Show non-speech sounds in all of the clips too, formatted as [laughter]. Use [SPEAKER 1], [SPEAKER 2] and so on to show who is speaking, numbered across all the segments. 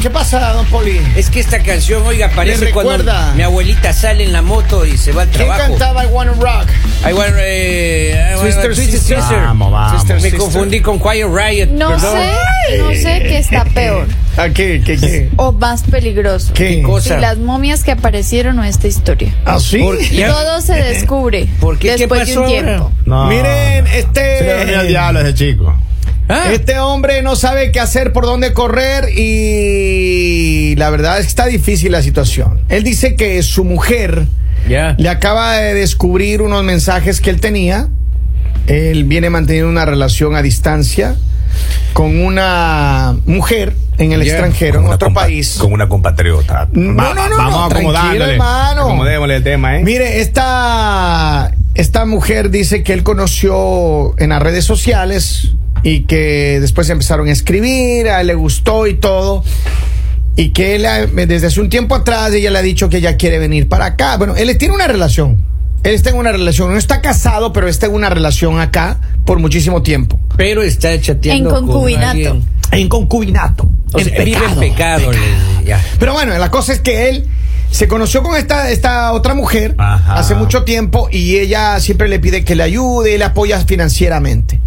[SPEAKER 1] ¿Qué pasa, don Poli?
[SPEAKER 2] Es que esta canción, oiga, parece
[SPEAKER 1] Me
[SPEAKER 2] cuando
[SPEAKER 1] recuerda.
[SPEAKER 2] mi abuelita sale en la moto y se va al
[SPEAKER 1] ¿Quién
[SPEAKER 2] trabajo.
[SPEAKER 1] cantaba I Wanna Rock?
[SPEAKER 2] I want, eh, I want-
[SPEAKER 1] Twister
[SPEAKER 2] Twisted
[SPEAKER 1] Sister.
[SPEAKER 2] Sister.
[SPEAKER 1] Vamos, vamos.
[SPEAKER 2] Me
[SPEAKER 1] Sister.
[SPEAKER 2] confundí con Quiet Riot.
[SPEAKER 3] No
[SPEAKER 2] perdón.
[SPEAKER 3] sé, no sé qué
[SPEAKER 1] Eh,
[SPEAKER 3] está peor
[SPEAKER 1] ¿A qué? ¿Qué? ¿Qué?
[SPEAKER 3] o más peligroso.
[SPEAKER 1] ¿Qué?
[SPEAKER 2] cosa?
[SPEAKER 3] Si las momias que aparecieron o esta historia.
[SPEAKER 1] ¿Ah, sí?
[SPEAKER 2] ¿Por qué? Ya. Eh,
[SPEAKER 3] Todo se descubre
[SPEAKER 2] ¿Por qué? ¿Qué
[SPEAKER 3] después de un
[SPEAKER 2] pasó ahora?
[SPEAKER 3] tiempo.
[SPEAKER 4] No.
[SPEAKER 1] Miren, este.
[SPEAKER 4] Se le venía el diablo a ese chico.
[SPEAKER 2] Ah,
[SPEAKER 1] Este hombre no sabe qué hacer, por dónde correr y la verdad es que está difícil la situación. Él dice que su mujer
[SPEAKER 2] Ya.
[SPEAKER 1] le acaba de descubrir unos mensajes que él tenía. Él viene manteniendo una relación a distancia con una mujer en el
[SPEAKER 2] Ya.
[SPEAKER 1] extranjero,
[SPEAKER 5] Con
[SPEAKER 1] en
[SPEAKER 5] una
[SPEAKER 1] otro
[SPEAKER 5] compa-
[SPEAKER 1] país.
[SPEAKER 5] Con una compatriota.
[SPEAKER 1] No,
[SPEAKER 4] Va-
[SPEAKER 1] no, no,
[SPEAKER 4] vamos
[SPEAKER 1] no,
[SPEAKER 4] acomodándole.
[SPEAKER 1] tranquilo, hermano.
[SPEAKER 4] Acomodémosle el tema, ¿eh?
[SPEAKER 1] Mire, esta, esta mujer dice que él conoció en las redes sociales y que después empezaron a escribir, a él le gustó y todo. Y que él eh, desde hace un tiempo atrás ella le ha dicho que ella quiere venir para acá. Bueno, él tiene una relación. Él está en una relación. No está casado, pero está en una relación acá por muchísimo tiempo.
[SPEAKER 2] pero está chateando
[SPEAKER 3] En
[SPEAKER 2] con
[SPEAKER 3] concubinato.
[SPEAKER 2] alguien.
[SPEAKER 1] En concubinato.
[SPEAKER 2] O sea, vive en pecado. le- ya.
[SPEAKER 1] Pero bueno, la cosa es que él se conoció con esta, esta otra mujer
[SPEAKER 5] Ajá.
[SPEAKER 1] hace mucho tiempo y ella siempre le pide que le ayude y le apoya financieramente.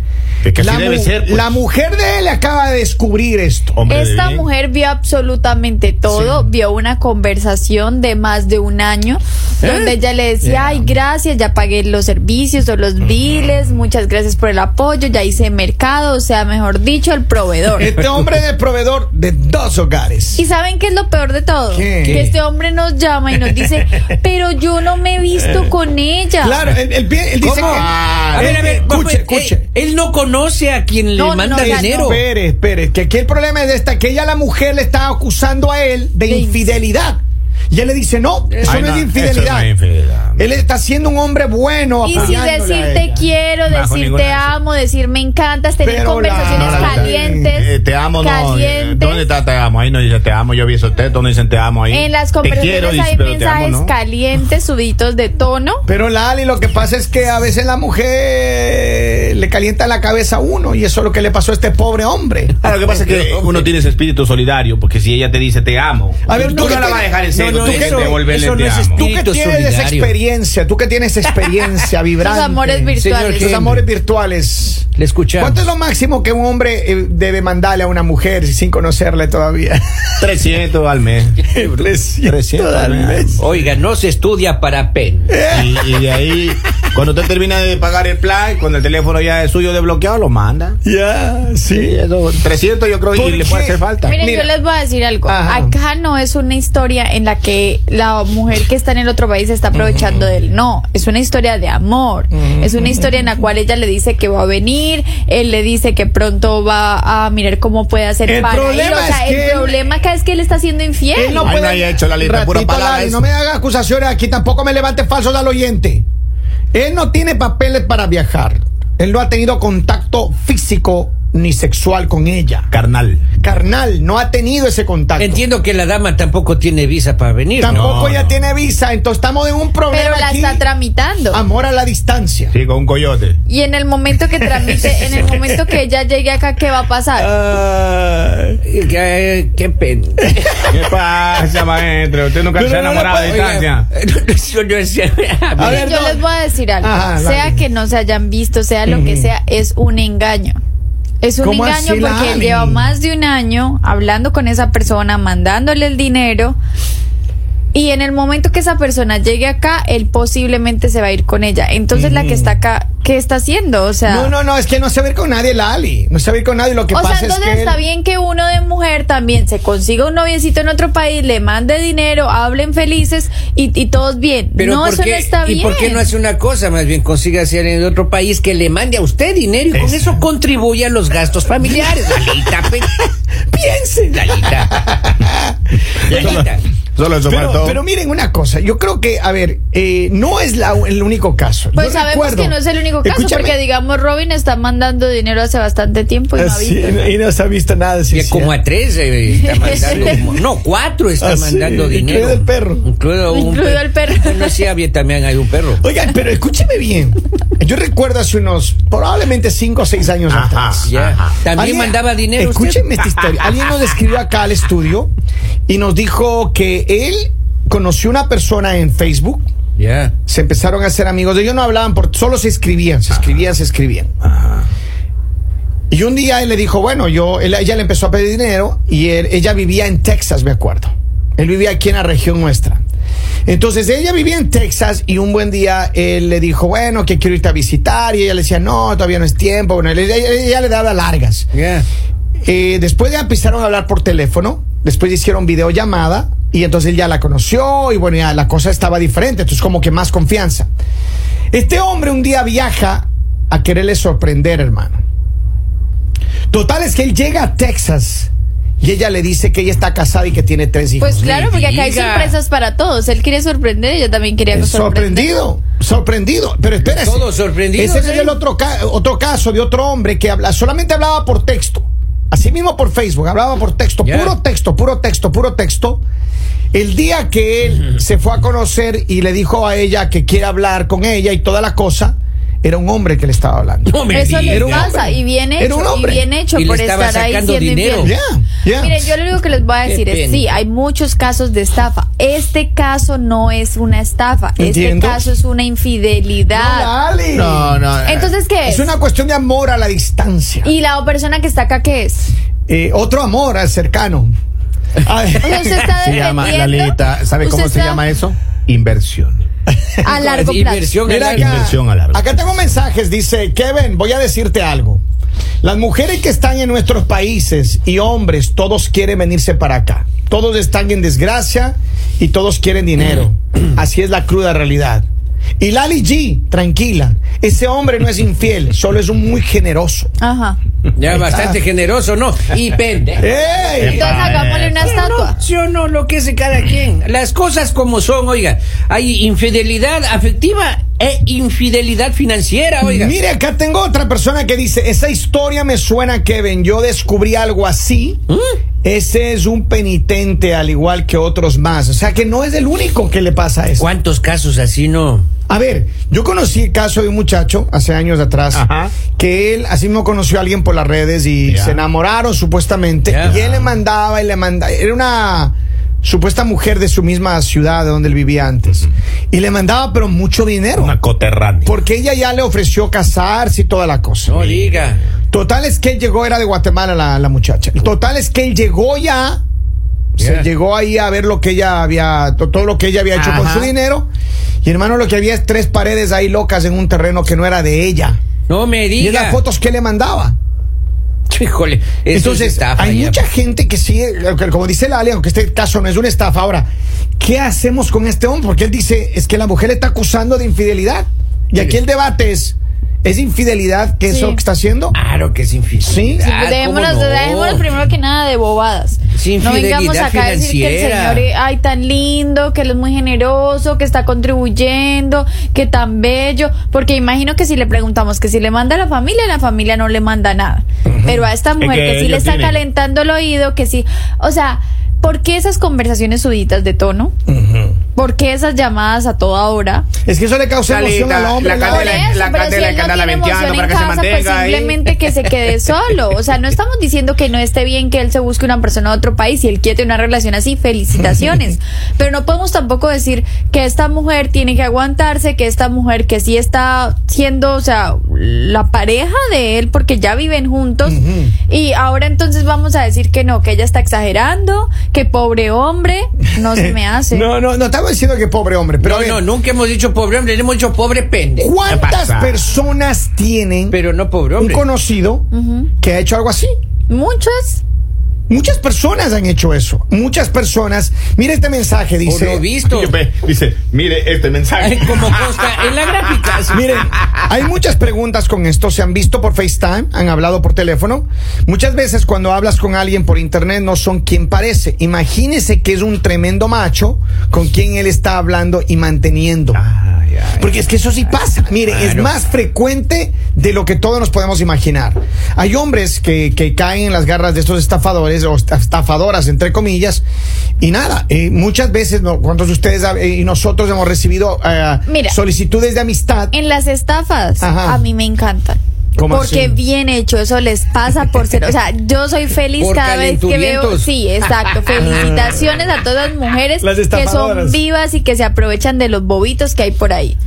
[SPEAKER 4] Es que así
[SPEAKER 1] la,
[SPEAKER 4] debe
[SPEAKER 1] mu-
[SPEAKER 4] ser. pues.
[SPEAKER 1] la mujer de él acaba de descubrir esto.
[SPEAKER 4] Hombre de
[SPEAKER 3] Esta
[SPEAKER 4] bien.
[SPEAKER 3] mujer vio absolutamente todo, vio una conversación de más de un año,
[SPEAKER 2] ¿Eh?
[SPEAKER 3] donde ella le decía, ay, gracias, ya pagué los servicios o los biles, muchas gracias por el apoyo, ya hice mercado, o sea, mejor dicho,
[SPEAKER 2] [laughs]
[SPEAKER 3] el proveedor.
[SPEAKER 2] Eh,
[SPEAKER 1] Este hombre de proveedor de dos hogares.
[SPEAKER 3] ¿Y saben qué es lo peor de todo?
[SPEAKER 1] ¿Qué?
[SPEAKER 3] Que este hombre nos llama y
[SPEAKER 4] [laughs]
[SPEAKER 3] nos dice, pero yo no me he
[SPEAKER 4] Eh.
[SPEAKER 3] visto con ella.
[SPEAKER 1] Claro, él, él pi- él dice
[SPEAKER 2] ¿Cómo?
[SPEAKER 1] que... Ah,
[SPEAKER 2] A ver, a ver,
[SPEAKER 1] escuche,
[SPEAKER 2] papá,
[SPEAKER 1] escuche.
[SPEAKER 2] eh, Él, no conoce a quien
[SPEAKER 3] No,
[SPEAKER 2] le
[SPEAKER 3] no,
[SPEAKER 2] manda
[SPEAKER 3] no, o sea,
[SPEAKER 2] dinero.
[SPEAKER 3] no.
[SPEAKER 1] Espere, espere, que aquí el problema es esta, que ella la mujer le está acusando a él de
[SPEAKER 3] De inf-
[SPEAKER 1] infidelidad. Y él le dice, no, eso
[SPEAKER 4] Ay,
[SPEAKER 1] no, es
[SPEAKER 4] no, eso no es
[SPEAKER 1] infidelidad.
[SPEAKER 5] infidelidad.
[SPEAKER 1] Él está siendo un hombre bueno.
[SPEAKER 3] Y sin
[SPEAKER 1] apoyándola a
[SPEAKER 3] decir te
[SPEAKER 1] ella.
[SPEAKER 3] quiero,
[SPEAKER 5] Bajo
[SPEAKER 3] decir
[SPEAKER 5] ninguna
[SPEAKER 3] te
[SPEAKER 5] de esas.
[SPEAKER 3] amo, decir me encantas, tener
[SPEAKER 1] Pero la-
[SPEAKER 3] conversaciones
[SPEAKER 1] no, la-
[SPEAKER 3] calientes.
[SPEAKER 4] Eh, te amo, no. eh,
[SPEAKER 3] calientes.
[SPEAKER 4] ¿Dónde está te amo? Ahí no dice te amo, yo vi eso. Ustedes ¿Dónde dicen te amo ahí?
[SPEAKER 3] En las
[SPEAKER 4] Te quiero,
[SPEAKER 3] conversaciones
[SPEAKER 4] dice,
[SPEAKER 3] hay
[SPEAKER 4] pero te amo,
[SPEAKER 3] mensajes
[SPEAKER 4] ¿no?
[SPEAKER 3] calientes, subiditos de tono.
[SPEAKER 1] Pero Lali, lo que pasa es que a veces la mujer le calienta la cabeza a uno y eso es lo que le pasó a este pobre hombre.
[SPEAKER 4] Ah, lo que pasa es que uno tiene ese espíritu solidario, porque si ella te dice te amo,
[SPEAKER 1] A ver,
[SPEAKER 4] tú
[SPEAKER 1] ¿tú
[SPEAKER 4] no
[SPEAKER 1] qué
[SPEAKER 4] la
[SPEAKER 1] te-
[SPEAKER 4] vas a dejar en
[SPEAKER 1] no,
[SPEAKER 4] serio,
[SPEAKER 1] no,
[SPEAKER 4] tú tienes
[SPEAKER 1] eso-
[SPEAKER 4] que devolverle
[SPEAKER 2] eso
[SPEAKER 4] te
[SPEAKER 2] no es
[SPEAKER 4] amo.
[SPEAKER 1] Tú que
[SPEAKER 2] Espíritu
[SPEAKER 1] tienes
[SPEAKER 2] solidario.
[SPEAKER 1] experiencia, tú que tienes
[SPEAKER 3] [laughs]
[SPEAKER 1] experiencia vibrante.
[SPEAKER 3] Sus amores
[SPEAKER 2] Señor
[SPEAKER 3] virtuales.
[SPEAKER 1] Tus
[SPEAKER 2] Henry.
[SPEAKER 1] amores virtuales.
[SPEAKER 2] Le escuchamos.
[SPEAKER 1] ¿Cuánto es lo máximo que un hombre eh, debe mandarle a una mujer sin conocerle todavía? [laughs]
[SPEAKER 4] 300 al mes. 300 al mes.
[SPEAKER 2] Oiga, no se estudia para pen.
[SPEAKER 4] Y, y de ahí, cuando usted termina de pagar el plan, cuando el teléfono ya es suyo desbloqueado, lo manda.
[SPEAKER 1] Ya, sí.
[SPEAKER 4] Y eso, 300 yo creo
[SPEAKER 1] ¿Por
[SPEAKER 4] que le puede
[SPEAKER 1] qué?
[SPEAKER 4] hacer falta.
[SPEAKER 3] Miren,
[SPEAKER 1] Mira.
[SPEAKER 3] yo les voy a decir algo.
[SPEAKER 1] Ajá.
[SPEAKER 3] Acá no es una historia en la que la mujer que está en el otro país se está aprovechando de él. No, es una historia de amor. Es una historia en la cual ella le dice que va a venir, él le dice que pronto va a mirar cómo puede hacer
[SPEAKER 1] El
[SPEAKER 3] para ir.
[SPEAKER 1] problema
[SPEAKER 3] O sea,
[SPEAKER 1] es que
[SPEAKER 3] el
[SPEAKER 1] él-
[SPEAKER 3] problema acá es que él está siendo infiel.
[SPEAKER 1] Él no
[SPEAKER 4] Ay,
[SPEAKER 1] puede.
[SPEAKER 4] no haya hecho la lista, pura
[SPEAKER 1] Ratito,
[SPEAKER 4] palabra
[SPEAKER 1] Lali,
[SPEAKER 4] esa.
[SPEAKER 1] no me hagas acusaciones aquí, tampoco me levante falsos al oyente. Él no tiene papeles para viajar. Él no ha tenido contacto físico ni sexual con ella.
[SPEAKER 4] Carnal.
[SPEAKER 1] Carnal, no ha tenido ese contacto.
[SPEAKER 2] Entiendo que la dama tampoco tiene visa para venir. ¿no?
[SPEAKER 1] Tampoco
[SPEAKER 4] No,
[SPEAKER 1] ella
[SPEAKER 4] no.
[SPEAKER 1] tiene visa, entonces estamos en un problema.
[SPEAKER 3] pero la
[SPEAKER 1] aquí.
[SPEAKER 3] está tramitando.
[SPEAKER 1] Amor a la distancia.
[SPEAKER 4] Sí, con un coyote.
[SPEAKER 3] Y en el momento que tramite, en el momento que ella llegue acá, ¿qué va
[SPEAKER 1] [laughs]
[SPEAKER 3] a
[SPEAKER 1] Ah.
[SPEAKER 3] pasar?
[SPEAKER 2] Ah, Qué, qué pena.
[SPEAKER 4] ¿Qué pasa, maestro? Usted nunca
[SPEAKER 1] Pero
[SPEAKER 4] se ha
[SPEAKER 1] no la
[SPEAKER 4] enamorado a
[SPEAKER 1] puedo-
[SPEAKER 4] distancia.
[SPEAKER 2] Yo [laughs] no sé.
[SPEAKER 1] [laughs] A
[SPEAKER 3] Miren,
[SPEAKER 1] ver,
[SPEAKER 3] yo
[SPEAKER 1] no.
[SPEAKER 3] les voy a decir algo.
[SPEAKER 1] Ajá,
[SPEAKER 3] sea
[SPEAKER 1] dale.
[SPEAKER 3] que no se hayan visto, sea lo que sea, es un engaño. Es un
[SPEAKER 1] ¿Cómo
[SPEAKER 3] engaño
[SPEAKER 1] así,
[SPEAKER 3] porque él
[SPEAKER 1] Lali?
[SPEAKER 3] lleva más de un año hablando con esa persona, mandándole el dinero. Y en el momento que esa persona llegue acá, él posiblemente se va a ir con ella. Entonces la que está acá, ¿qué está haciendo? O sea,
[SPEAKER 1] No, no, no, es que no se va a ir con nadie, Lali. No se va a ir con nadie. Lo que
[SPEAKER 3] o sea,
[SPEAKER 1] pasa es
[SPEAKER 3] entonces
[SPEAKER 1] que.
[SPEAKER 3] está
[SPEAKER 1] él-
[SPEAKER 3] bien que uno de mujer también se consiga un noviecito en otro país, le mande dinero, hablen felices y, y todos bien.
[SPEAKER 2] Pero
[SPEAKER 3] no,
[SPEAKER 2] ¿por
[SPEAKER 3] eso
[SPEAKER 2] qué-
[SPEAKER 3] no está
[SPEAKER 2] ¿Y
[SPEAKER 3] bien.
[SPEAKER 2] por qué no hace una cosa? Más bien consiga hacer en otro país que le mande a usted dinero y con eso contribuye a los gastos familiares. Lalita,
[SPEAKER 1] [laughs]
[SPEAKER 2] pe- piensen, Lalita. Lalita.
[SPEAKER 4] Solo eso
[SPEAKER 1] Pero,
[SPEAKER 4] faltó.
[SPEAKER 1] pero miren una cosa, yo creo que, a ver, eh, no es la- el único caso.
[SPEAKER 3] Pues
[SPEAKER 1] Yo
[SPEAKER 3] sabemos
[SPEAKER 1] recuerdo-
[SPEAKER 3] que no es el único caso,
[SPEAKER 1] Escúchame.
[SPEAKER 3] porque digamos Robin está mandando dinero hace bastante tiempo y no ha
[SPEAKER 1] Así,
[SPEAKER 3] visto.
[SPEAKER 1] y no se ha visto nada. sí,
[SPEAKER 2] Ya
[SPEAKER 1] sí.
[SPEAKER 2] como a tres eh, está mandando,
[SPEAKER 3] [laughs]
[SPEAKER 2] como- no, cuatro está
[SPEAKER 1] Ah, sí,
[SPEAKER 2] mandando dinero.
[SPEAKER 1] incluido el perro.
[SPEAKER 2] Incluido, un
[SPEAKER 3] Incluido
[SPEAKER 2] per-
[SPEAKER 3] el perro.
[SPEAKER 2] Bueno, sí, había, también hay
[SPEAKER 1] [laughs]
[SPEAKER 2] un perro.
[SPEAKER 1] Oigan, pero escúcheme bien. Yo recuerdo hace unos, probablemente cinco o seis años
[SPEAKER 4] Ajá.
[SPEAKER 1] atrás.
[SPEAKER 2] Ya.
[SPEAKER 4] Ajá.
[SPEAKER 2] También
[SPEAKER 1] Alguien-
[SPEAKER 2] mandaba dinero. usted. [laughs]
[SPEAKER 1] Escúcheme esta historia. Alguien nos escribió acá al estudio y nos dijo que él conoció una persona en Facebook,
[SPEAKER 2] Ya.
[SPEAKER 1] se empezaron a hacer amigos, ellos no hablaban, por, solo se escribían, se escribían, se escribían.
[SPEAKER 4] Ajá.
[SPEAKER 1] Y un día él le dijo, bueno, yo, él- ella le empezó a pedir dinero y él- ella vivía en Texas, me acuerdo. Él vivía aquí en la región nuestra. Entonces ella vivía en Texas y un buen día él le dijo, bueno, que quiero irte a visitar. Y ella le decía, no, todavía no es tiempo. Bueno, él- ella, ella le daba largas.
[SPEAKER 2] Ya.
[SPEAKER 1] Eh, después ya empezaron a hablar por teléfono, después hicieron videollamada y entonces él ya la conoció y bueno, ya la cosa estaba diferente, entonces como que más confianza. Este hombre un día viaja a quererle sorprender, hermano. Total es que él llega a Texas y ella le dice que ella está casada y que tiene tres hijos.
[SPEAKER 3] Pues claro, porque acá hay
[SPEAKER 2] diga.
[SPEAKER 3] sorpresas para todos. Él quiere sorprender, ella también quería
[SPEAKER 1] Eh,
[SPEAKER 3] sorprender.
[SPEAKER 1] sorprendido, sorprendido. Pero espérese.
[SPEAKER 2] Todos sorprendidos,
[SPEAKER 1] Ese
[SPEAKER 2] ¿eh?
[SPEAKER 1] sería el otro, ca- otro caso de otro hombre que habla, solamente hablaba por texto. Así mismo por Facebook, hablaba por texto,
[SPEAKER 2] Ya.
[SPEAKER 1] puro texto, puro texto, puro texto. El día que él se fue a conocer y le dijo a ella que quiere hablar con ella y toda la cosa, era un hombre que le estaba hablando.
[SPEAKER 2] No me
[SPEAKER 3] Eso les
[SPEAKER 2] diga.
[SPEAKER 3] pasa y bien
[SPEAKER 1] Era un
[SPEAKER 3] hecho, y
[SPEAKER 1] hombre.
[SPEAKER 3] bien hecho
[SPEAKER 2] Y le
[SPEAKER 3] por
[SPEAKER 2] estaba
[SPEAKER 3] estar ahí
[SPEAKER 2] sacando
[SPEAKER 3] siendo
[SPEAKER 2] dinero.
[SPEAKER 3] infiel.
[SPEAKER 1] Ya, ya.
[SPEAKER 3] Miren, yo lo único que les voy a
[SPEAKER 2] Qué
[SPEAKER 3] decir es,
[SPEAKER 2] pena.
[SPEAKER 3] sí, hay muchos casos de estafa. Este caso no es una estafa,
[SPEAKER 1] Entiendo.
[SPEAKER 3] este caso es una infidelidad.
[SPEAKER 1] No, dale.
[SPEAKER 4] No, no.
[SPEAKER 3] Entonces, ¿qué es?
[SPEAKER 1] Es una cuestión de amor a la distancia.
[SPEAKER 3] Pues. Y la persona que está acá, ¿qué es?
[SPEAKER 1] Eh, otro amor al cercano. A ver.
[SPEAKER 3] O sea, usted está
[SPEAKER 4] se llama
[SPEAKER 3] defendiendo-
[SPEAKER 4] Lalita. ¿Sabe
[SPEAKER 3] usted
[SPEAKER 4] cómo se
[SPEAKER 3] está
[SPEAKER 4] llama eso? Inversión.
[SPEAKER 2] [laughs]
[SPEAKER 3] A largo plazo.
[SPEAKER 2] Inversión
[SPEAKER 1] Mira
[SPEAKER 2] a
[SPEAKER 1] acá,
[SPEAKER 2] largo.
[SPEAKER 4] Inversión a largo.
[SPEAKER 1] acá tengo mensajes, dice Kevin, voy a decirte algo. Las mujeres que están en nuestros países y hombres, todos quieren venirse para acá. Todos están en desgracia y todos quieren dinero. Así es la cruda realidad. Y Lali G, tranquila, ese hombre no es infiel, solo es un muy generoso.
[SPEAKER 3] Ajá.
[SPEAKER 2] Ya bastante generoso, ¿no?
[SPEAKER 1] [laughs]
[SPEAKER 2] Y pendejo.
[SPEAKER 1] Eh. ¡Ey!
[SPEAKER 3] Entonces hagámosle una
[SPEAKER 2] Pero
[SPEAKER 3] estatua.
[SPEAKER 2] No, sí o no, lo que es de cada quien. Las cosas como son, oiga. Hay infidelidad afectiva e infidelidad financiera, oiga.
[SPEAKER 1] Mire, acá tengo otra persona que dice, esa historia me suena, Kevin, yo descubrí algo así.
[SPEAKER 2] ¿Mm?
[SPEAKER 1] Ese es un penitente al igual que otros más. O sea que no es el único que le pasa eso.
[SPEAKER 2] ¿Cuántos casos así no?
[SPEAKER 1] A ver, yo conocí el caso de un muchacho hace años atrás
[SPEAKER 4] Ajá.
[SPEAKER 1] que él así mismo conoció a alguien por las redes y
[SPEAKER 4] Ya.
[SPEAKER 1] se enamoraron supuestamente.
[SPEAKER 2] Ya.
[SPEAKER 1] Y él le mandaba y le mandaba. Era una supuesta mujer de su misma ciudad de donde él vivía antes. Y le mandaba, pero mucho dinero.
[SPEAKER 4] Una coterránea.
[SPEAKER 1] Porque ella ya le ofreció casarse y toda la cosa.
[SPEAKER 2] No diga.
[SPEAKER 1] Total es que él llegó, era de Guatemala la, la muchacha. Total es que él llegó ya,
[SPEAKER 2] Yeah.
[SPEAKER 1] se llegó ahí a ver lo que ella había, to- todo lo que ella había hecho con
[SPEAKER 4] Ajá.
[SPEAKER 1] su dinero. Y hermano, lo que había es tres paredes ahí locas en un terreno que no era de ella.
[SPEAKER 2] No me
[SPEAKER 1] Y, en
[SPEAKER 2] diga.
[SPEAKER 1] las fotos que le mandaba.
[SPEAKER 2] Híjole. eso es
[SPEAKER 1] Entonces,
[SPEAKER 2] estafa,
[SPEAKER 1] hay
[SPEAKER 2] ya.
[SPEAKER 1] mucha gente que sí, eh, que como dice Lali, aunque este caso no es una estafa. Ahora, ¿qué hacemos con este hombre? Porque él dice, es que la mujer le está acusando de infidelidad. Y aquí el debate es, ¿es infidelidad que
[SPEAKER 3] Sí.
[SPEAKER 1] eso que está haciendo?
[SPEAKER 2] Claro que es infidelidad.
[SPEAKER 1] Sí. Sí,
[SPEAKER 2] Ah, ¿cómo
[SPEAKER 3] pues dejémonos,
[SPEAKER 2] no?
[SPEAKER 3] dejémonos primero que nada de bobadas.
[SPEAKER 2] Sin
[SPEAKER 3] No vengamos
[SPEAKER 2] fidelidad
[SPEAKER 3] acá a decir que el
[SPEAKER 2] financiera.
[SPEAKER 3] señor es ay, tan lindo, que él es muy generoso, que está contribuyendo, que tan bello. Porque imagino que si le preguntamos que si le manda a la familia, la familia no le manda nada. Pero a esta mujer
[SPEAKER 4] que
[SPEAKER 3] que, sí le
[SPEAKER 4] ellos
[SPEAKER 3] está
[SPEAKER 4] tienen.
[SPEAKER 3] calentando el oído, que sí. O sea, ¿por qué esas conversaciones suditas de tono? ¿Por qué esas llamadas a toda hora?
[SPEAKER 1] Es que eso le causa
[SPEAKER 4] Lali,
[SPEAKER 1] emoción
[SPEAKER 4] la-
[SPEAKER 1] al hombre.
[SPEAKER 4] la
[SPEAKER 1] Lali.
[SPEAKER 4] candela-
[SPEAKER 3] Por eso,
[SPEAKER 4] la
[SPEAKER 3] pero
[SPEAKER 4] candela
[SPEAKER 3] si él
[SPEAKER 4] que
[SPEAKER 3] no
[SPEAKER 4] anda
[SPEAKER 3] tiene
[SPEAKER 4] laventeando
[SPEAKER 3] emoción
[SPEAKER 4] para
[SPEAKER 3] en
[SPEAKER 4] que se
[SPEAKER 3] casa, pues
[SPEAKER 4] mantenga ahí.
[SPEAKER 3] simplemente que
[SPEAKER 4] [laughs]
[SPEAKER 3] se quede solo. O sea, no estamos diciendo que no esté bien que él se busque una persona de otro país y él quiere tener una relación así,
[SPEAKER 4] [laughs]
[SPEAKER 3] felicitaciones. Pero no podemos tampoco decir que esta mujer tiene que aguantarse, que esta mujer que sí está siendo, o sea, la pareja de él porque ya viven juntos y ahora entonces vamos a decir que no, que ella está exagerando, que pobre hombre, no se
[SPEAKER 4] [laughs]
[SPEAKER 3] me hace.
[SPEAKER 1] No, no, no estamos diciendo que pobre hombre, pero a
[SPEAKER 2] No,
[SPEAKER 1] ver,
[SPEAKER 2] no, nunca hemos dicho pobre hombre, le hemos dicho pobre pendejo.
[SPEAKER 1] ¿cuántas
[SPEAKER 4] pasa?
[SPEAKER 1] personas tienen
[SPEAKER 2] Pero no pobre
[SPEAKER 1] un
[SPEAKER 2] hombre.
[SPEAKER 1] conocido que ha hecho algo así?
[SPEAKER 3] Muchas
[SPEAKER 1] Muchas personas han hecho eso. Muchas personas. Mira este mensaje,
[SPEAKER 2] O
[SPEAKER 1] dice. [laughs]
[SPEAKER 2] no visto.
[SPEAKER 4] [laughs] Dice, mire este mensaje.
[SPEAKER 2] Como consta en la
[SPEAKER 1] [laughs]
[SPEAKER 2] gráfica. sí. [laughs]
[SPEAKER 1] Miren, hay muchas preguntas con esto. Se han visto por FaceTime, han hablado por teléfono. Muchas veces cuando hablas con alguien por internet no son quien parece. Imagínese que es un tremendo macho con quien él está hablando y manteniendo.
[SPEAKER 2] Ah.
[SPEAKER 4] Ay, ay.
[SPEAKER 1] Porque es que eso sí pasa. Mire, es
[SPEAKER 2] Claro.
[SPEAKER 1] más frecuente de lo que todos nos podemos imaginar. Hay hombres que, que caen en las garras de estos estafadores o esta- estafadoras, entre comillas, y nada. eh, muchas veces, ¿no? ¿cuántos de ustedes hab- eh, y nosotros hemos recibido eh,
[SPEAKER 3] Mira.
[SPEAKER 1] solicitudes de amistad?
[SPEAKER 3] en las estafas
[SPEAKER 1] Ajá.
[SPEAKER 3] a mí me encantan.
[SPEAKER 1] ¿Cómo
[SPEAKER 3] Porque
[SPEAKER 1] así?
[SPEAKER 3] bien hecho, eso les pasa por ser. O sea, yo soy feliz
[SPEAKER 2] Por
[SPEAKER 3] cada vez que veo.
[SPEAKER 2] calenturientos.
[SPEAKER 3] Sí, exacto. Felicitaciones a todas las mujeres
[SPEAKER 1] Las
[SPEAKER 3] que
[SPEAKER 1] estafadoras.
[SPEAKER 3] son vivas y que se aprovechan de los bobitos que hay por ahí.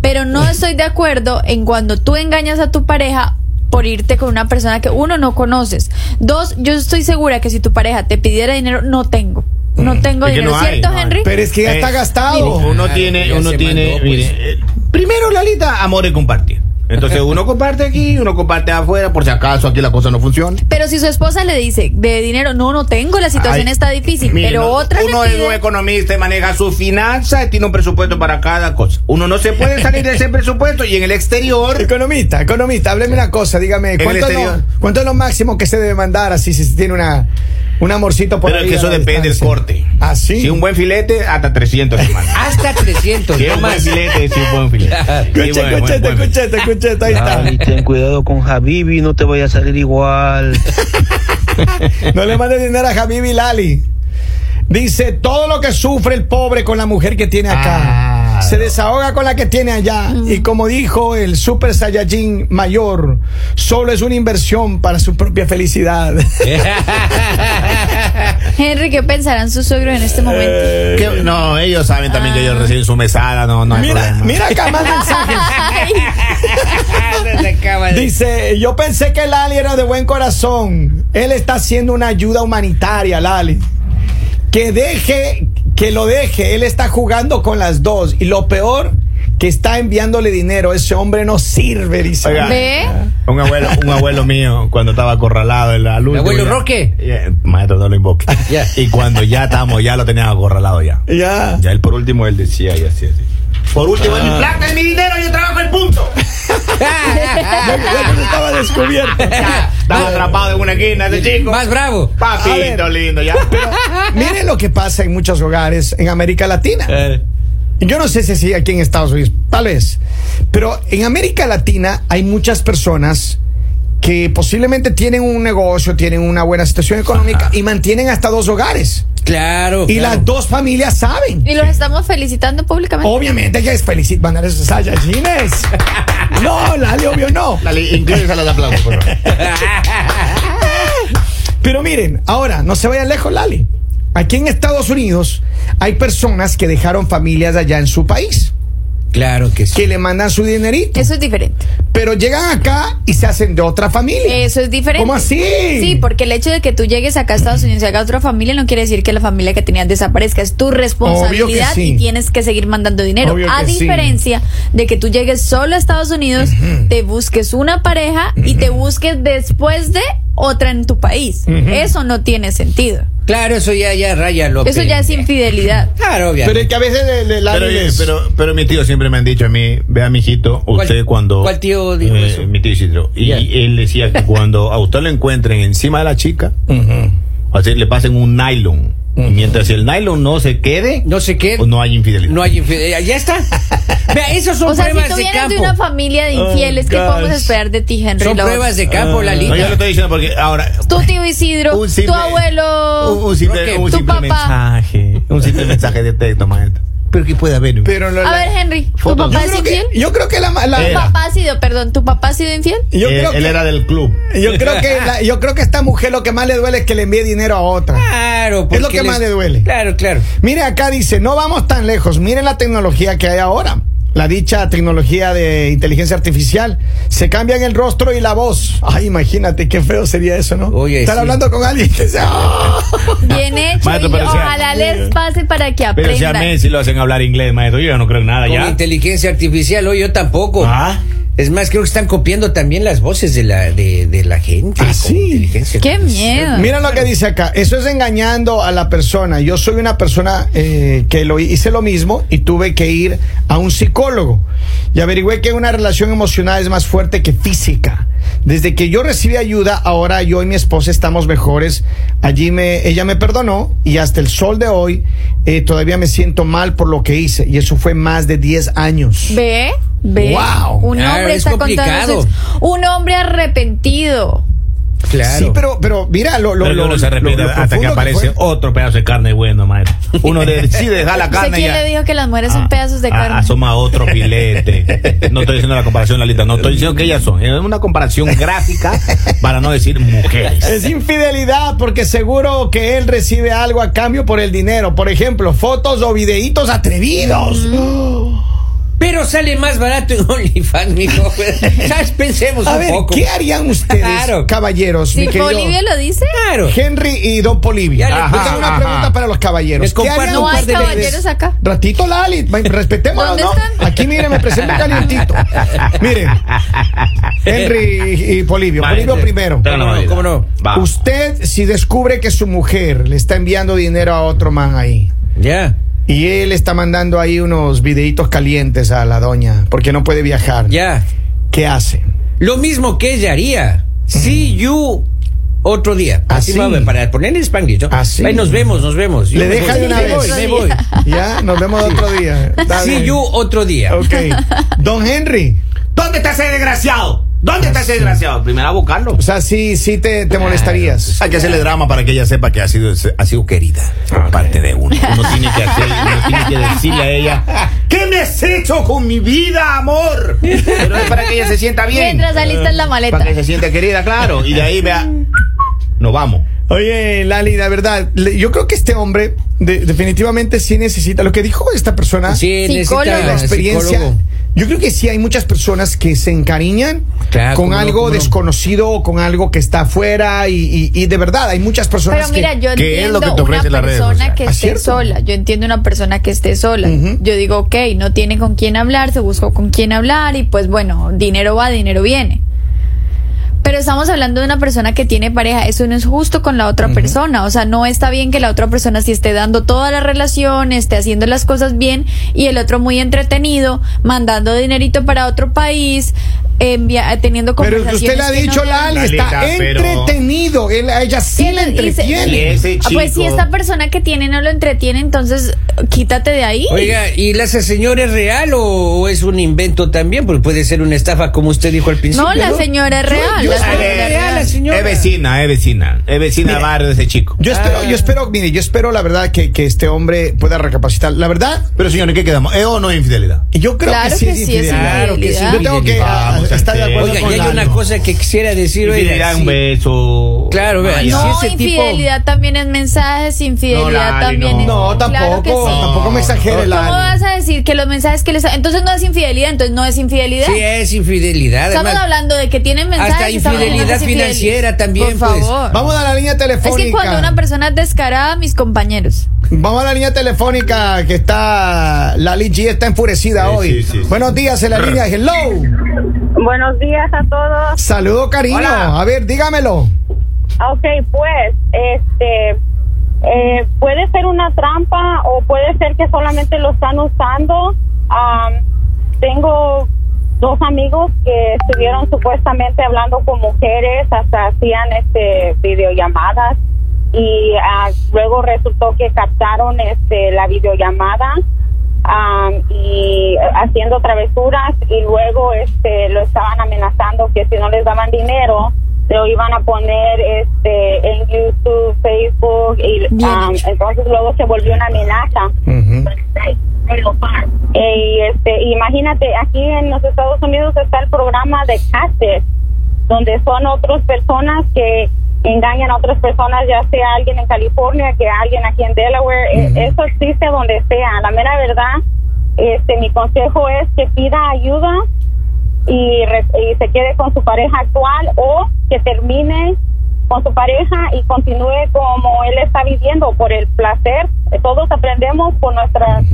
[SPEAKER 3] Pero no estoy de acuerdo en cuando tú engañas a tu pareja por irte con una persona que uno no conoces. Dos, yo estoy segura que si tu pareja te pidiera dinero, no tengo. No tengo
[SPEAKER 4] Es que
[SPEAKER 3] dinero,
[SPEAKER 4] no hay,
[SPEAKER 3] ¿cierto,
[SPEAKER 4] no hay.
[SPEAKER 3] Henry?
[SPEAKER 1] Pero es que ya
[SPEAKER 4] Eh,
[SPEAKER 1] está gastado.
[SPEAKER 4] Uno
[SPEAKER 2] Claro,
[SPEAKER 4] tiene,
[SPEAKER 2] ya
[SPEAKER 4] uno
[SPEAKER 2] se
[SPEAKER 4] tiene.
[SPEAKER 2] mandó, pues.
[SPEAKER 4] mire, eh, primero, Lalita, amor y compartir. Entonces uno comparte aquí, uno comparte afuera, por si acaso aquí la cosa no funciona.
[SPEAKER 3] Pero si su esposa le dice de dinero, no, no tengo, la situación
[SPEAKER 4] Ay,
[SPEAKER 3] está difícil.
[SPEAKER 4] mire,
[SPEAKER 3] pero
[SPEAKER 4] no,
[SPEAKER 3] otra le
[SPEAKER 4] Uno es
[SPEAKER 3] pide-
[SPEAKER 4] un economista y maneja su finanza y tiene un presupuesto para cada cosa. Uno no se puede salir de ese presupuesto y en el exterior.
[SPEAKER 1] Economista, economista, hábleme una cosa, dígame,
[SPEAKER 4] el
[SPEAKER 1] ¿cuánto es,
[SPEAKER 4] exterior.
[SPEAKER 1] lo, cuánto es lo máximo que se debe mandar así si se tiene una, un amorcito por
[SPEAKER 4] Pero
[SPEAKER 1] ahí
[SPEAKER 4] es que
[SPEAKER 1] a
[SPEAKER 4] eso
[SPEAKER 1] la
[SPEAKER 4] depende del
[SPEAKER 1] distancia?
[SPEAKER 4] corte.
[SPEAKER 1] ¿Ah, sí?
[SPEAKER 4] Si un buen filete, hasta 300 hermano.
[SPEAKER 2] [laughs] Hasta 300,
[SPEAKER 4] Si es
[SPEAKER 2] no
[SPEAKER 4] un buen
[SPEAKER 2] más.
[SPEAKER 4] filete, si es un
[SPEAKER 2] [laughs]
[SPEAKER 4] buen filete. Sí,
[SPEAKER 1] Escuche,
[SPEAKER 4] buen,
[SPEAKER 1] escuche,
[SPEAKER 4] buen, buen.
[SPEAKER 1] escuche, escuche, ahí
[SPEAKER 5] Ay, ten cuidado con Habibi, no te vaya a salir igual.
[SPEAKER 1] está. No le mande dinero a Javi Vilali. Dice, todo lo que sufre el pobre con la mujer que tiene acá.
[SPEAKER 4] Ah,
[SPEAKER 1] se
[SPEAKER 4] no.
[SPEAKER 1] desahoga con la que tiene allá. Y como dijo el Super Saiyajin mayor, solo es una inversión para su propia felicidad.
[SPEAKER 4] Eh,
[SPEAKER 3] Henry, ¿qué pensarán sus suegros en este momento?
[SPEAKER 4] Que- No, ellos saben también que ellos reciben su mesada, no, no hay
[SPEAKER 1] [laughs] Eh, mira,
[SPEAKER 4] problema.
[SPEAKER 1] mira acá más mensajes.
[SPEAKER 3] Ay,
[SPEAKER 2] Ah, Se acaba de-
[SPEAKER 1] Dice, yo pensé que Lali era de buen corazón. Él está haciendo una ayuda humanitaria, Lali. Que deje, que lo deje. Él está jugando con las dos. Y lo peor, que está enviándole dinero. Ese hombre no sirve, dice.
[SPEAKER 4] Oiga.
[SPEAKER 3] ¿Ve?
[SPEAKER 4] Un abuelo, un abuelo mío, cuando estaba acorralado en la luz.
[SPEAKER 2] abuelo Roque?
[SPEAKER 4] maestro, no lo invoque.
[SPEAKER 2] Ya.
[SPEAKER 4] Y cuando ya estamos, ya lo tenían acorralado ya. [laughs]
[SPEAKER 1] Ya.
[SPEAKER 4] Ya él por último, él decía, y así, así. Por
[SPEAKER 2] Ah.
[SPEAKER 4] último, es mi plata, es
[SPEAKER 1] [laughs]
[SPEAKER 4] mi dinero, yo trabajo el
[SPEAKER 2] [laughs]
[SPEAKER 4] punto.
[SPEAKER 2] ah,
[SPEAKER 1] Ya- ya que estaba descubierto.
[SPEAKER 4] Estaba atrapado en una esquina ese chico.
[SPEAKER 2] Más bravo.
[SPEAKER 4] Papito
[SPEAKER 2] [laughs]
[SPEAKER 4] lindo, ya.
[SPEAKER 1] Miren lo que pasa en muchos hogares en América Latina.
[SPEAKER 4] Eh,
[SPEAKER 1] Yo no sé si así aquí en Estados Unidos, tal vez. Pero en América Latina hay muchas personas que posiblemente tienen un negocio, tienen una buena situación económica y mantienen hasta dos hogares.
[SPEAKER 2] Claro.
[SPEAKER 1] Y
[SPEAKER 2] claro.
[SPEAKER 1] las dos familias saben.
[SPEAKER 3] Y los estamos felicitando públicamente.
[SPEAKER 1] Obviamente que es feliz mandar esos Saiyajines. No, Lali, obvio no.
[SPEAKER 4] Lali, inclínensela de aplauso, por favor.
[SPEAKER 1] Pero miren, ahora, no se vayan lejos, Lali. Aquí en Estados Unidos hay personas que dejaron familias allá en su país,
[SPEAKER 2] Claro que sí.
[SPEAKER 1] que le mandan su
[SPEAKER 4] Oh.
[SPEAKER 1] dinerito,
[SPEAKER 3] Eso es diferente.
[SPEAKER 1] pero llegan acá y se hacen de otra familia.
[SPEAKER 3] Eso es diferente.
[SPEAKER 1] ¿Cómo así?
[SPEAKER 3] Sí, porque el hecho de que tú llegues acá a Estados Unidos y hagas otra familia no quiere decir que la familia que tenías desaparezca. Es tu responsabilidad
[SPEAKER 1] sí.
[SPEAKER 3] y tienes que seguir mandando dinero.
[SPEAKER 1] Obvio
[SPEAKER 3] a
[SPEAKER 1] que sí.
[SPEAKER 3] diferencia de que tú llegues solo a Estados Unidos, te busques una pareja y te busques después de otra en tu país. Eso no tiene sentido.
[SPEAKER 2] Claro, eso ya, ya raya lo
[SPEAKER 3] Eso
[SPEAKER 2] que-
[SPEAKER 3] ya es infidelidad.
[SPEAKER 2] Claro,
[SPEAKER 1] Pero es
[SPEAKER 2] obviamente.
[SPEAKER 1] que a veces le, le- Lali
[SPEAKER 4] Pero,
[SPEAKER 1] les-
[SPEAKER 4] pero, pero mi tío siempre me han dicho a mí, vea mijito,
[SPEAKER 2] ¿Cuál-
[SPEAKER 4] usted cuando... eh,
[SPEAKER 2] cuál tío dijo eso?
[SPEAKER 4] Mi tío Isidro. Y
[SPEAKER 2] Ya.
[SPEAKER 4] él decía que cuando a usted lo encuentren encima de la chica, así le pasen un nylon. Y mientras el nylon no se quede,
[SPEAKER 2] No sé qué.
[SPEAKER 1] Oh,
[SPEAKER 4] no hay infidelidad.
[SPEAKER 2] No hay infidelidad.
[SPEAKER 1] [laughs]
[SPEAKER 2] Ya está. Vea, esos son
[SPEAKER 3] O sea, si
[SPEAKER 2] pruebas
[SPEAKER 3] tú
[SPEAKER 2] de
[SPEAKER 3] vienes
[SPEAKER 2] campo.
[SPEAKER 3] de una familia de infieles, ¿qué
[SPEAKER 4] gosh.
[SPEAKER 3] podemos esperar de ti, Henry?
[SPEAKER 2] Son
[SPEAKER 3] Lord?
[SPEAKER 2] pruebas de
[SPEAKER 1] Ah,
[SPEAKER 2] campo, Lalita.
[SPEAKER 4] No, yo lo estoy diciendo porque ahora...
[SPEAKER 3] Tu tío Isidro,
[SPEAKER 4] un simple-
[SPEAKER 3] tu abuelo.
[SPEAKER 4] Un, un simple,
[SPEAKER 2] Roque,
[SPEAKER 4] un
[SPEAKER 3] tu
[SPEAKER 4] simple
[SPEAKER 3] papá.
[SPEAKER 4] mensaje. Un simple mensaje de texto, maestro. Pero que puede haber.
[SPEAKER 1] Pero lo-
[SPEAKER 3] A ver, Henry, ¿tu
[SPEAKER 4] Fotos.
[SPEAKER 3] papá
[SPEAKER 1] yo,
[SPEAKER 3] es
[SPEAKER 1] creo
[SPEAKER 3] infiel?
[SPEAKER 1] que, yo creo que la, la-
[SPEAKER 3] ¿Tu
[SPEAKER 4] Era.
[SPEAKER 3] papá ha sido, perdón, ¿tu papá ha sido infiel?
[SPEAKER 1] yo
[SPEAKER 4] él,
[SPEAKER 1] creo
[SPEAKER 4] Eh, él
[SPEAKER 1] que,
[SPEAKER 4] era del club.
[SPEAKER 1] yo creo que la- yo creo que esta mujer lo que más le duele es que le envíe dinero a otra.
[SPEAKER 2] Claro.
[SPEAKER 1] Es lo
[SPEAKER 2] porque
[SPEAKER 1] que más le duele.
[SPEAKER 2] Claro, claro.
[SPEAKER 1] Mire acá dice, no vamos tan lejos, miren la tecnología que hay ahora. La dicha tecnología de inteligencia artificial. Se cambian el rostro y la voz. Ay, imagínate qué feo sería eso, ¿no?
[SPEAKER 2] Oye,
[SPEAKER 1] Estar
[SPEAKER 2] sí.
[SPEAKER 1] hablando con alguien que sea. ¡ah!
[SPEAKER 3] Bien hecho.
[SPEAKER 4] Maestro,
[SPEAKER 3] y
[SPEAKER 4] pero sea- eh,
[SPEAKER 3] ojalá les pase para que
[SPEAKER 4] Pero si a
[SPEAKER 3] aprendan.
[SPEAKER 4] Messi lo hacen hablar inglés, maestro, yo ya no creo en nada
[SPEAKER 2] Con
[SPEAKER 4] ya.
[SPEAKER 2] inteligencia artificial, hoy yo tampoco.
[SPEAKER 4] Ah.
[SPEAKER 2] Es más, creo que están copiando también las voces de la, de, de la gente.
[SPEAKER 1] Ah,
[SPEAKER 2] con
[SPEAKER 1] sí.
[SPEAKER 2] inteligencia
[SPEAKER 3] Qué
[SPEAKER 2] artificial.
[SPEAKER 3] miedo.
[SPEAKER 1] Mira lo que dice acá. Eso es engañando a la persona. Yo soy una persona eh, que lo hice lo mismo y tuve que ir a un psicólogo. Y averigüé que una relación emocional es más fuerte que física. Desde que yo recibí ayuda, ahora yo y mi esposa estamos mejores. Allí me, ella me perdonó y hasta el sol de hoy eh, todavía me siento mal por lo que hice. Y eso fue más de 10 años.
[SPEAKER 3] Ve, ve.
[SPEAKER 1] Wow.
[SPEAKER 3] Un
[SPEAKER 2] Claro,
[SPEAKER 3] hombre
[SPEAKER 2] es
[SPEAKER 3] está contando
[SPEAKER 2] complicado.
[SPEAKER 3] sus- Un hombre arrepentido.
[SPEAKER 2] Claro.
[SPEAKER 1] Sí, pero, pero mira, lo, lo,
[SPEAKER 4] Pero que
[SPEAKER 1] lo-
[SPEAKER 4] uno se
[SPEAKER 1] lo-
[SPEAKER 4] arrepiente
[SPEAKER 1] lo
[SPEAKER 4] hasta que
[SPEAKER 1] profundo
[SPEAKER 4] aparece
[SPEAKER 1] fue.
[SPEAKER 4] otro pedazo de carne bueno, maestro. Uno decide dejar la
[SPEAKER 3] [laughs] ¿Usted
[SPEAKER 4] carne y
[SPEAKER 3] quién
[SPEAKER 4] ya- Ah,
[SPEAKER 3] le dijo que las mujeres son pedazos de
[SPEAKER 4] a-
[SPEAKER 3] carne?
[SPEAKER 4] Asoma
[SPEAKER 3] [laughs]
[SPEAKER 4] otro filete. No estoy diciendo la comparación, Lalita. No estoy diciendo que ellas son. Es una comparación gráfica para no decir mujeres.
[SPEAKER 1] Es infidelidad porque seguro que él recibe algo a cambio por el dinero. Por ejemplo, fotos o videitos atrevidos.
[SPEAKER 2] Pero sale más barato en [laughs] OnlyFans, mijo. [laughs] ¿Sabes? Pensemos
[SPEAKER 1] A
[SPEAKER 2] un
[SPEAKER 1] ver,
[SPEAKER 2] poco.
[SPEAKER 1] ¿qué harían ustedes,
[SPEAKER 2] Claro.
[SPEAKER 1] caballeros?
[SPEAKER 3] Si
[SPEAKER 1] mi querido
[SPEAKER 3] Bolivia lo dice,
[SPEAKER 2] Claro.
[SPEAKER 1] Henry y Don Polivia.
[SPEAKER 2] Ya le
[SPEAKER 1] Yo
[SPEAKER 2] puse-
[SPEAKER 1] tengo una
[SPEAKER 4] ajá.
[SPEAKER 1] pregunta para los caballeros.
[SPEAKER 2] Les comparto
[SPEAKER 1] harían
[SPEAKER 2] un
[SPEAKER 3] no
[SPEAKER 2] par
[SPEAKER 3] hay
[SPEAKER 2] de
[SPEAKER 3] caballeros
[SPEAKER 2] leyes.
[SPEAKER 3] acá.
[SPEAKER 1] Ratito, Lali, [laughs] ma- respetémonos,
[SPEAKER 3] ¿Dónde
[SPEAKER 1] ¿no?
[SPEAKER 3] están?
[SPEAKER 1] Aquí, miren, me presento [laughs] calientito. Miren, Henry y, y Polivio.
[SPEAKER 4] Maestro,
[SPEAKER 1] Polivio primero.
[SPEAKER 4] tenga la
[SPEAKER 2] ¿Cómo no?
[SPEAKER 4] amabilidad.
[SPEAKER 2] ¿Cómo no?
[SPEAKER 4] Va.
[SPEAKER 1] Usted, si descubre que su mujer le está enviando dinero a otro man ahí,
[SPEAKER 2] Ya,
[SPEAKER 1] y él está mandando ahí unos videitos calientes a la doña, porque no puede viajar,
[SPEAKER 2] ya.
[SPEAKER 1] ¿qué hace?
[SPEAKER 2] Lo mismo que ella haría. See you otro día. Así,
[SPEAKER 1] Así.
[SPEAKER 2] va, para poner el spanglish. ¿no?
[SPEAKER 1] Así.
[SPEAKER 2] Ahí nos vemos, nos vemos. Yo
[SPEAKER 1] Ah, Le
[SPEAKER 2] me
[SPEAKER 1] deja
[SPEAKER 2] voy,
[SPEAKER 1] de una
[SPEAKER 2] me
[SPEAKER 1] vez.
[SPEAKER 2] voy, me voy.
[SPEAKER 1] Ya, nos vemos otro día. Está
[SPEAKER 2] See
[SPEAKER 1] bien.
[SPEAKER 2] you otro día.
[SPEAKER 1] Ok. Don Henry.
[SPEAKER 4] ¿Dónde está ese desgraciado? ¿Dónde está ese desgraciado? Primero a buscarlo.
[SPEAKER 1] O sea, sí, sí te, te molestarías.
[SPEAKER 4] Hay que hacerle drama para que ella sepa que ha sido, ha sido querida. parte de uno. Uno tiene que hacer, uno tiene que decirle a ella, ¿qué me has hecho con mi vida, amor? Pero es para que ella se sienta bien.
[SPEAKER 3] mientras alistan la maleta.
[SPEAKER 4] Para que se sienta querida, claro. Y de ahí vea, nos vamos.
[SPEAKER 1] Oye, Lali, la verdad, le- yo creo que este hombre de- definitivamente sí necesita lo que dijo esta persona.
[SPEAKER 2] Sí, necesita
[SPEAKER 3] Psicólogo.
[SPEAKER 1] la experiencia.
[SPEAKER 2] psicólogo.
[SPEAKER 1] Yo creo que sí hay muchas personas que se encariñan
[SPEAKER 2] Claro,
[SPEAKER 1] con
[SPEAKER 2] cómo no,
[SPEAKER 1] algo
[SPEAKER 2] cómo no.
[SPEAKER 1] desconocido o con algo que está afuera y, y- y de verdad hay muchas personas
[SPEAKER 3] Pero mira,
[SPEAKER 1] que
[SPEAKER 3] yo
[SPEAKER 4] ¿qué es lo
[SPEAKER 3] entiendo
[SPEAKER 4] que te ofrecen
[SPEAKER 3] una
[SPEAKER 4] las redes
[SPEAKER 3] persona
[SPEAKER 4] sociales?
[SPEAKER 3] que
[SPEAKER 1] Ah,
[SPEAKER 3] esté
[SPEAKER 1] ¿cierto?
[SPEAKER 3] sola. Yo entiendo una persona que esté sola.
[SPEAKER 1] Ujú.
[SPEAKER 3] Yo digo, ok, no tiene con quién hablar, se buscó con quién hablar y pues bueno, dinero va, dinero viene. Pero estamos hablando de una persona que tiene pareja, eso no es justo con la otra persona, o sea, no está bien que la otra persona sí esté dando toda la relación, esté haciendo las cosas bien y el otro muy entretenido, mandando dinerito para otro país, envia- teniendo
[SPEAKER 1] pero el que usted
[SPEAKER 3] conversaciones.
[SPEAKER 1] le ha
[SPEAKER 3] que no
[SPEAKER 1] dicho,
[SPEAKER 3] le han-
[SPEAKER 1] Lali, está
[SPEAKER 4] Lalita, pero-
[SPEAKER 1] entretenido. Él, a ella sí
[SPEAKER 3] él
[SPEAKER 1] le
[SPEAKER 3] dice-
[SPEAKER 1] entretiene.
[SPEAKER 4] Ese
[SPEAKER 3] Ah, Pues si
[SPEAKER 4] chico.
[SPEAKER 3] esta persona que tiene no lo entretiene, entonces quítate de ahí.
[SPEAKER 2] Oiga, ¿y la señora es real o, o es un invento también? Porque puede ser una estafa, como usted dijo al principio.
[SPEAKER 3] no, la señora es real.
[SPEAKER 1] yo espero-
[SPEAKER 3] la señora es
[SPEAKER 2] Ah,
[SPEAKER 3] real.
[SPEAKER 2] la señora.
[SPEAKER 4] Eh, Es vecina, es vecina. Es vecina del barrio de ese chico.
[SPEAKER 1] Yo espero,
[SPEAKER 3] Ah.
[SPEAKER 1] yo espero, mire, yo espero la verdad que, que este hombre pueda recapacitar. La verdad,
[SPEAKER 4] Pero señores, ¿qué quedamos? ¿Es o no es infidelidad?
[SPEAKER 1] yo creo
[SPEAKER 3] Claro
[SPEAKER 1] que sí
[SPEAKER 3] que
[SPEAKER 1] es
[SPEAKER 3] sí es
[SPEAKER 1] infidelidad.
[SPEAKER 2] Claro que sí.
[SPEAKER 1] Yo tengo que
[SPEAKER 4] Vamos,
[SPEAKER 1] ah, estar de
[SPEAKER 4] Santiago.
[SPEAKER 1] acuerdo
[SPEAKER 2] Oiga,
[SPEAKER 1] con
[SPEAKER 2] y hay
[SPEAKER 1] Lalo.
[SPEAKER 2] una cosa que quisiera decir. Oiga,
[SPEAKER 4] Infidelidad,
[SPEAKER 2] sí.
[SPEAKER 4] un beso.
[SPEAKER 2] Claro, vea,
[SPEAKER 4] Vaya.
[SPEAKER 2] y si
[SPEAKER 3] No,
[SPEAKER 2] ese tipo-
[SPEAKER 3] infidelidad también es mensajes, infidelidad
[SPEAKER 4] No, Lali,
[SPEAKER 3] también
[SPEAKER 4] no.
[SPEAKER 3] es.
[SPEAKER 1] No, tampoco,
[SPEAKER 3] Claro que sí.
[SPEAKER 1] tampoco me exagere,
[SPEAKER 3] ¿Cómo vas
[SPEAKER 1] Lali.
[SPEAKER 3] a decir que los mensajes que les. Entonces no es infidelidad, entonces no es infidelidad.
[SPEAKER 2] Sí, es infidelidad.
[SPEAKER 3] Estamos
[SPEAKER 2] además.
[SPEAKER 3] hablando de que tienen mensajes.
[SPEAKER 2] Hasta
[SPEAKER 3] y estamos hablando
[SPEAKER 2] infidelidad
[SPEAKER 3] que es infidelidad.
[SPEAKER 2] financiera también,
[SPEAKER 3] Por
[SPEAKER 2] pues.
[SPEAKER 3] favor.
[SPEAKER 1] Vamos a la línea
[SPEAKER 3] es
[SPEAKER 1] telefónica.
[SPEAKER 3] que cuando una persona es descarada, mis compañeros.
[SPEAKER 1] Vamos a la línea telefónica que está. Lali G está enfurecida
[SPEAKER 4] Sí,
[SPEAKER 1] hoy.
[SPEAKER 4] sí, sí, sí.
[SPEAKER 1] Buenos días en la línea. Hello.
[SPEAKER 6] Buenos días a todos.
[SPEAKER 1] Saludo, cariño.
[SPEAKER 4] Hola.
[SPEAKER 1] A ver, dígamelo.
[SPEAKER 6] Ok, pues, este, eh, puede ser una trampa o puede ser que solamente lo están usando. Am, tengo dos amigos que estuvieron supuestamente hablando con mujeres, hasta hacían este videollamadas y ah, luego resultó que captaron este la videollamada am, y haciendo travesuras y luego este lo estaban amenazando que si no les daban dinero lo iban a poner este en YouTube, Facebook y
[SPEAKER 3] Bien
[SPEAKER 6] am,
[SPEAKER 3] hecho.
[SPEAKER 6] entonces luego se volvió una amenaza. Y este, imagínate, aquí en los Estados Unidos está el programa de CASTES, donde son otras personas que engañan a otras personas, ya sea alguien en California, que alguien aquí en Delaware. E- Eso existe donde sea. La mera verdad, este, mi consejo es que pida ayuda y, re- y se quede con su pareja actual o que termine con su pareja y continúe como él está viviendo por el placer. Todos aprendemos por nuestras,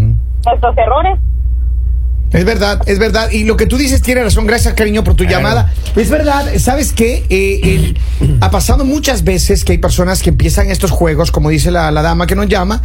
[SPEAKER 6] nuestros errores.
[SPEAKER 1] Es verdad, es verdad. Y lo que tú dices tiene razón. Gracias, cariño, por tu llamada. Es verdad, ¿sabes qué? Eh, el- ha pasado muchas veces que hay personas que empiezan estos juegos, como dice la, la dama que nos llama,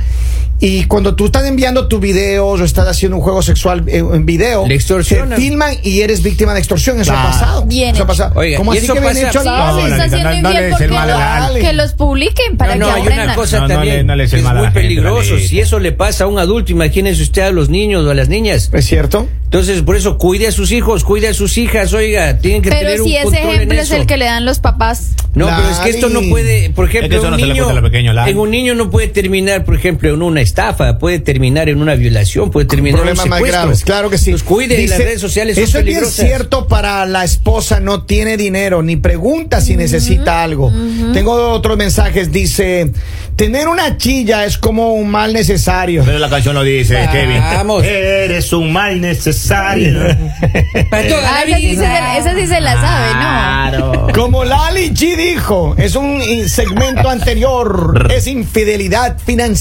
[SPEAKER 1] y cuando tú estás enviando tus videos o estás haciendo un juego sexual eh, en video,
[SPEAKER 2] Le extorsionan.
[SPEAKER 1] te filman y eres víctima de extorsión. Eso
[SPEAKER 4] Claro.
[SPEAKER 1] ha pasado. Eso
[SPEAKER 3] Bien
[SPEAKER 1] ha
[SPEAKER 3] hecho.
[SPEAKER 1] pasado.
[SPEAKER 2] Oiga,
[SPEAKER 1] ¿Cómo
[SPEAKER 2] y
[SPEAKER 1] así
[SPEAKER 2] eso
[SPEAKER 1] que bien
[SPEAKER 2] pasa-
[SPEAKER 1] hecho la-
[SPEAKER 3] No,
[SPEAKER 4] No,
[SPEAKER 3] se
[SPEAKER 4] Lalita,
[SPEAKER 3] está haciendo
[SPEAKER 4] no- no le
[SPEAKER 3] infiel
[SPEAKER 4] des el
[SPEAKER 3] porque
[SPEAKER 4] mal a
[SPEAKER 1] la-
[SPEAKER 3] lo- que los publiquen para
[SPEAKER 2] No,
[SPEAKER 3] que
[SPEAKER 2] no, hay
[SPEAKER 3] aprendan.
[SPEAKER 2] una cosa
[SPEAKER 4] No, no le-
[SPEAKER 2] también
[SPEAKER 4] no le des
[SPEAKER 2] que
[SPEAKER 4] el
[SPEAKER 2] es
[SPEAKER 4] mal a
[SPEAKER 2] muy
[SPEAKER 4] la gente,
[SPEAKER 2] peligroso.
[SPEAKER 4] Lalita.
[SPEAKER 2] si eso le pasa a un adulto, imagínense usted a los niños o a las niñas.
[SPEAKER 1] ¿Es cierto?
[SPEAKER 2] Entonces, por eso, cuide a sus hijos, cuide a sus hijas, oiga, tienen que
[SPEAKER 3] Pero
[SPEAKER 2] tener
[SPEAKER 3] si
[SPEAKER 2] un
[SPEAKER 3] ese
[SPEAKER 2] control en
[SPEAKER 3] ejemplo es
[SPEAKER 2] eso.
[SPEAKER 3] el que le dan los papás.
[SPEAKER 2] No, pero es que esto no
[SPEAKER 1] Lali.
[SPEAKER 2] puede, por ejemplo,
[SPEAKER 4] Es que eso
[SPEAKER 2] un
[SPEAKER 4] no se le
[SPEAKER 2] niño-
[SPEAKER 4] cuesta a la pequeña, Lali.
[SPEAKER 2] en un niño no puede terminar, por ejemplo, en una estafa, puede terminar en una violación, puede terminar en un
[SPEAKER 1] problemas más
[SPEAKER 2] secuestro.
[SPEAKER 1] graves, claro que sí.
[SPEAKER 2] Los cuide,
[SPEAKER 1] Dice,
[SPEAKER 2] las redes sociales son
[SPEAKER 1] Eso es bien
[SPEAKER 2] peligrosas.
[SPEAKER 1] cierto para la esposa, no tiene dinero, ni pregunta si necesita algo. Tengo otros mensajes, dice, tener una chilla es como un mal necesario.
[SPEAKER 4] Pero la canción lo dice, Kevin.
[SPEAKER 2] Vamos.
[SPEAKER 4] Eres un mal necesario.
[SPEAKER 2] [laughs] Para toda la
[SPEAKER 3] Ah, esa sí, se,
[SPEAKER 2] vida. Ah,
[SPEAKER 3] esa sí se la sabe, ¿no?
[SPEAKER 4] Claro.
[SPEAKER 1] Como Lali G dijo, es un i- segmento anterior, es infidelidad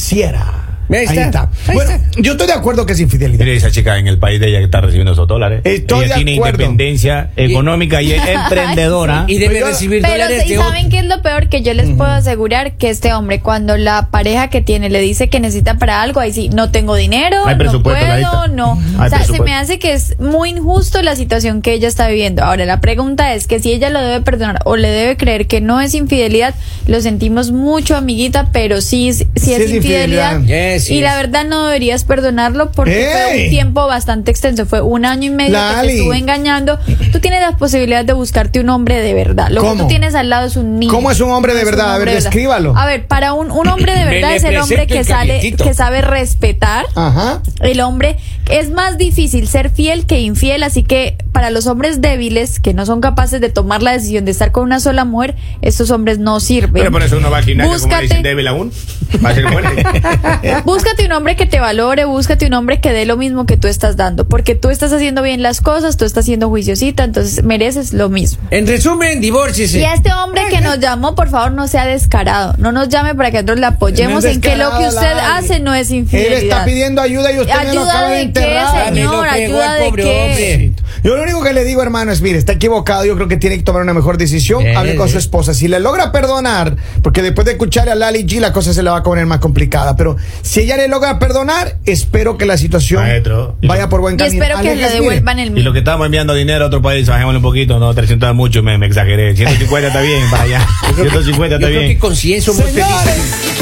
[SPEAKER 1] financiera.
[SPEAKER 2] Ahí está, ahí
[SPEAKER 1] Bueno,
[SPEAKER 2] está.
[SPEAKER 1] yo estoy de acuerdo que es infidelidad.
[SPEAKER 4] Mire esa chica en el país de ella que está recibiendo esos dólares.
[SPEAKER 1] Estoy de
[SPEAKER 4] ella tiene
[SPEAKER 1] acuerdo.
[SPEAKER 4] independencia económica
[SPEAKER 2] [laughs]
[SPEAKER 4] y es emprendedora.
[SPEAKER 2] Ah, Y debe
[SPEAKER 1] Pero-
[SPEAKER 2] recibir
[SPEAKER 3] Pero
[SPEAKER 2] dólares
[SPEAKER 3] ¿y
[SPEAKER 2] de
[SPEAKER 3] saben qué es lo peor? Que yo les puedo asegurar que este hombre, cuando la pareja que tiene le dice que necesita para algo, ahí sí, no tengo dinero,
[SPEAKER 4] Hay
[SPEAKER 3] no
[SPEAKER 4] presupuesto,
[SPEAKER 3] puedo,
[SPEAKER 4] Larita.
[SPEAKER 3] no.
[SPEAKER 4] Hay
[SPEAKER 3] o sea, se
[SPEAKER 4] presupuesto.
[SPEAKER 3] me hace que es muy injusto la situación que ella está viviendo. Ahora, la pregunta es que si ella lo debe perdonar o le debe creer que no es infidelidad, lo sentimos mucho, amiguita, pero sí, sí,
[SPEAKER 1] Sí
[SPEAKER 3] es,
[SPEAKER 1] es
[SPEAKER 3] infidelidad.
[SPEAKER 2] infidelidad. Yes,
[SPEAKER 3] y
[SPEAKER 2] yes.
[SPEAKER 3] la verdad no deberías perdonarlo porque fue
[SPEAKER 1] ¡Ey!
[SPEAKER 3] un tiempo bastante extenso, fue un año y medio que
[SPEAKER 1] Lali.
[SPEAKER 3] te estuvo engañando. Tú tienes la posibilidad de buscarte un hombre de verdad. Lo que
[SPEAKER 1] ¿Cómo?
[SPEAKER 3] tú tienes al lado es un niño.
[SPEAKER 1] ¿Cómo es un hombre de
[SPEAKER 3] Es
[SPEAKER 1] verdad? A
[SPEAKER 3] hombre
[SPEAKER 1] ver,
[SPEAKER 3] de verdad.
[SPEAKER 1] descríbalo.
[SPEAKER 3] A ver, para un, un hombre de
[SPEAKER 2] Me
[SPEAKER 3] verdad
[SPEAKER 2] le
[SPEAKER 3] es el hombre
[SPEAKER 2] presento
[SPEAKER 3] que
[SPEAKER 2] el
[SPEAKER 3] sale,
[SPEAKER 2] calientito.
[SPEAKER 3] que sabe respetar.
[SPEAKER 1] Ajá.
[SPEAKER 3] El hombre es más difícil ser fiel que infiel, así que para los hombres débiles que no son capaces de tomar la decisión de estar con una sola mujer, estos hombres no sirven.
[SPEAKER 4] Pero por eso uno va al gimnasio, como le dicen,
[SPEAKER 3] Búscate.
[SPEAKER 4] débil aún. Va a ser
[SPEAKER 2] [laughs]
[SPEAKER 4] fuerte.
[SPEAKER 3] Búscate un hombre que te valore, búscate un hombre que dé lo mismo que tú estás dando, porque tú estás haciendo bien las cosas, tú estás siendo juiciosita, entonces mereces lo mismo.
[SPEAKER 2] En resumen, divórciese.
[SPEAKER 3] Y a este hombre que nos llamó, por favor, no sea descarado. No nos llame para que nosotros le apoyemos
[SPEAKER 1] No es
[SPEAKER 3] en que lo que
[SPEAKER 1] descarado,
[SPEAKER 3] usted
[SPEAKER 1] Lali.
[SPEAKER 3] hace no es
[SPEAKER 1] Él
[SPEAKER 3] infidelidad.
[SPEAKER 1] está pidiendo ayuda y usted me lo
[SPEAKER 3] ¿Ayuda
[SPEAKER 1] acaba de
[SPEAKER 3] de qué,
[SPEAKER 1] enterrar.
[SPEAKER 2] Ah, Me lo
[SPEAKER 3] señor?
[SPEAKER 2] pegó
[SPEAKER 3] ¿Ayuda
[SPEAKER 2] al
[SPEAKER 3] de
[SPEAKER 2] pobre
[SPEAKER 3] qué?
[SPEAKER 2] hombre.
[SPEAKER 1] Yo lo único que le digo, hermano, es, mire, está equivocado, yo creo que tiene que tomar una mejor decisión,
[SPEAKER 2] Bien,
[SPEAKER 1] hable con su
[SPEAKER 2] bien.
[SPEAKER 1] esposa. Si le logra perdonar, porque después de escuchar a Lali G, la cosa se le va a poner más complicada, pero si ella le logra perdonar, espero que la situación
[SPEAKER 4] Maestro, y
[SPEAKER 1] vaya
[SPEAKER 4] lo-
[SPEAKER 1] por buen
[SPEAKER 3] Y
[SPEAKER 1] camino.
[SPEAKER 3] espero que le
[SPEAKER 1] Alejas, mire,
[SPEAKER 3] devuelvan el
[SPEAKER 4] Y lo
[SPEAKER 3] mío.
[SPEAKER 4] que estamos enviando dinero a otro país, bajémosle un poquito, no, 300 es mucho, me, me exageré. 150 está bien, vaya. 150
[SPEAKER 2] Yo
[SPEAKER 4] está
[SPEAKER 2] creo
[SPEAKER 4] bien.
[SPEAKER 2] que con 100 somos
[SPEAKER 1] Señores,
[SPEAKER 2] felices.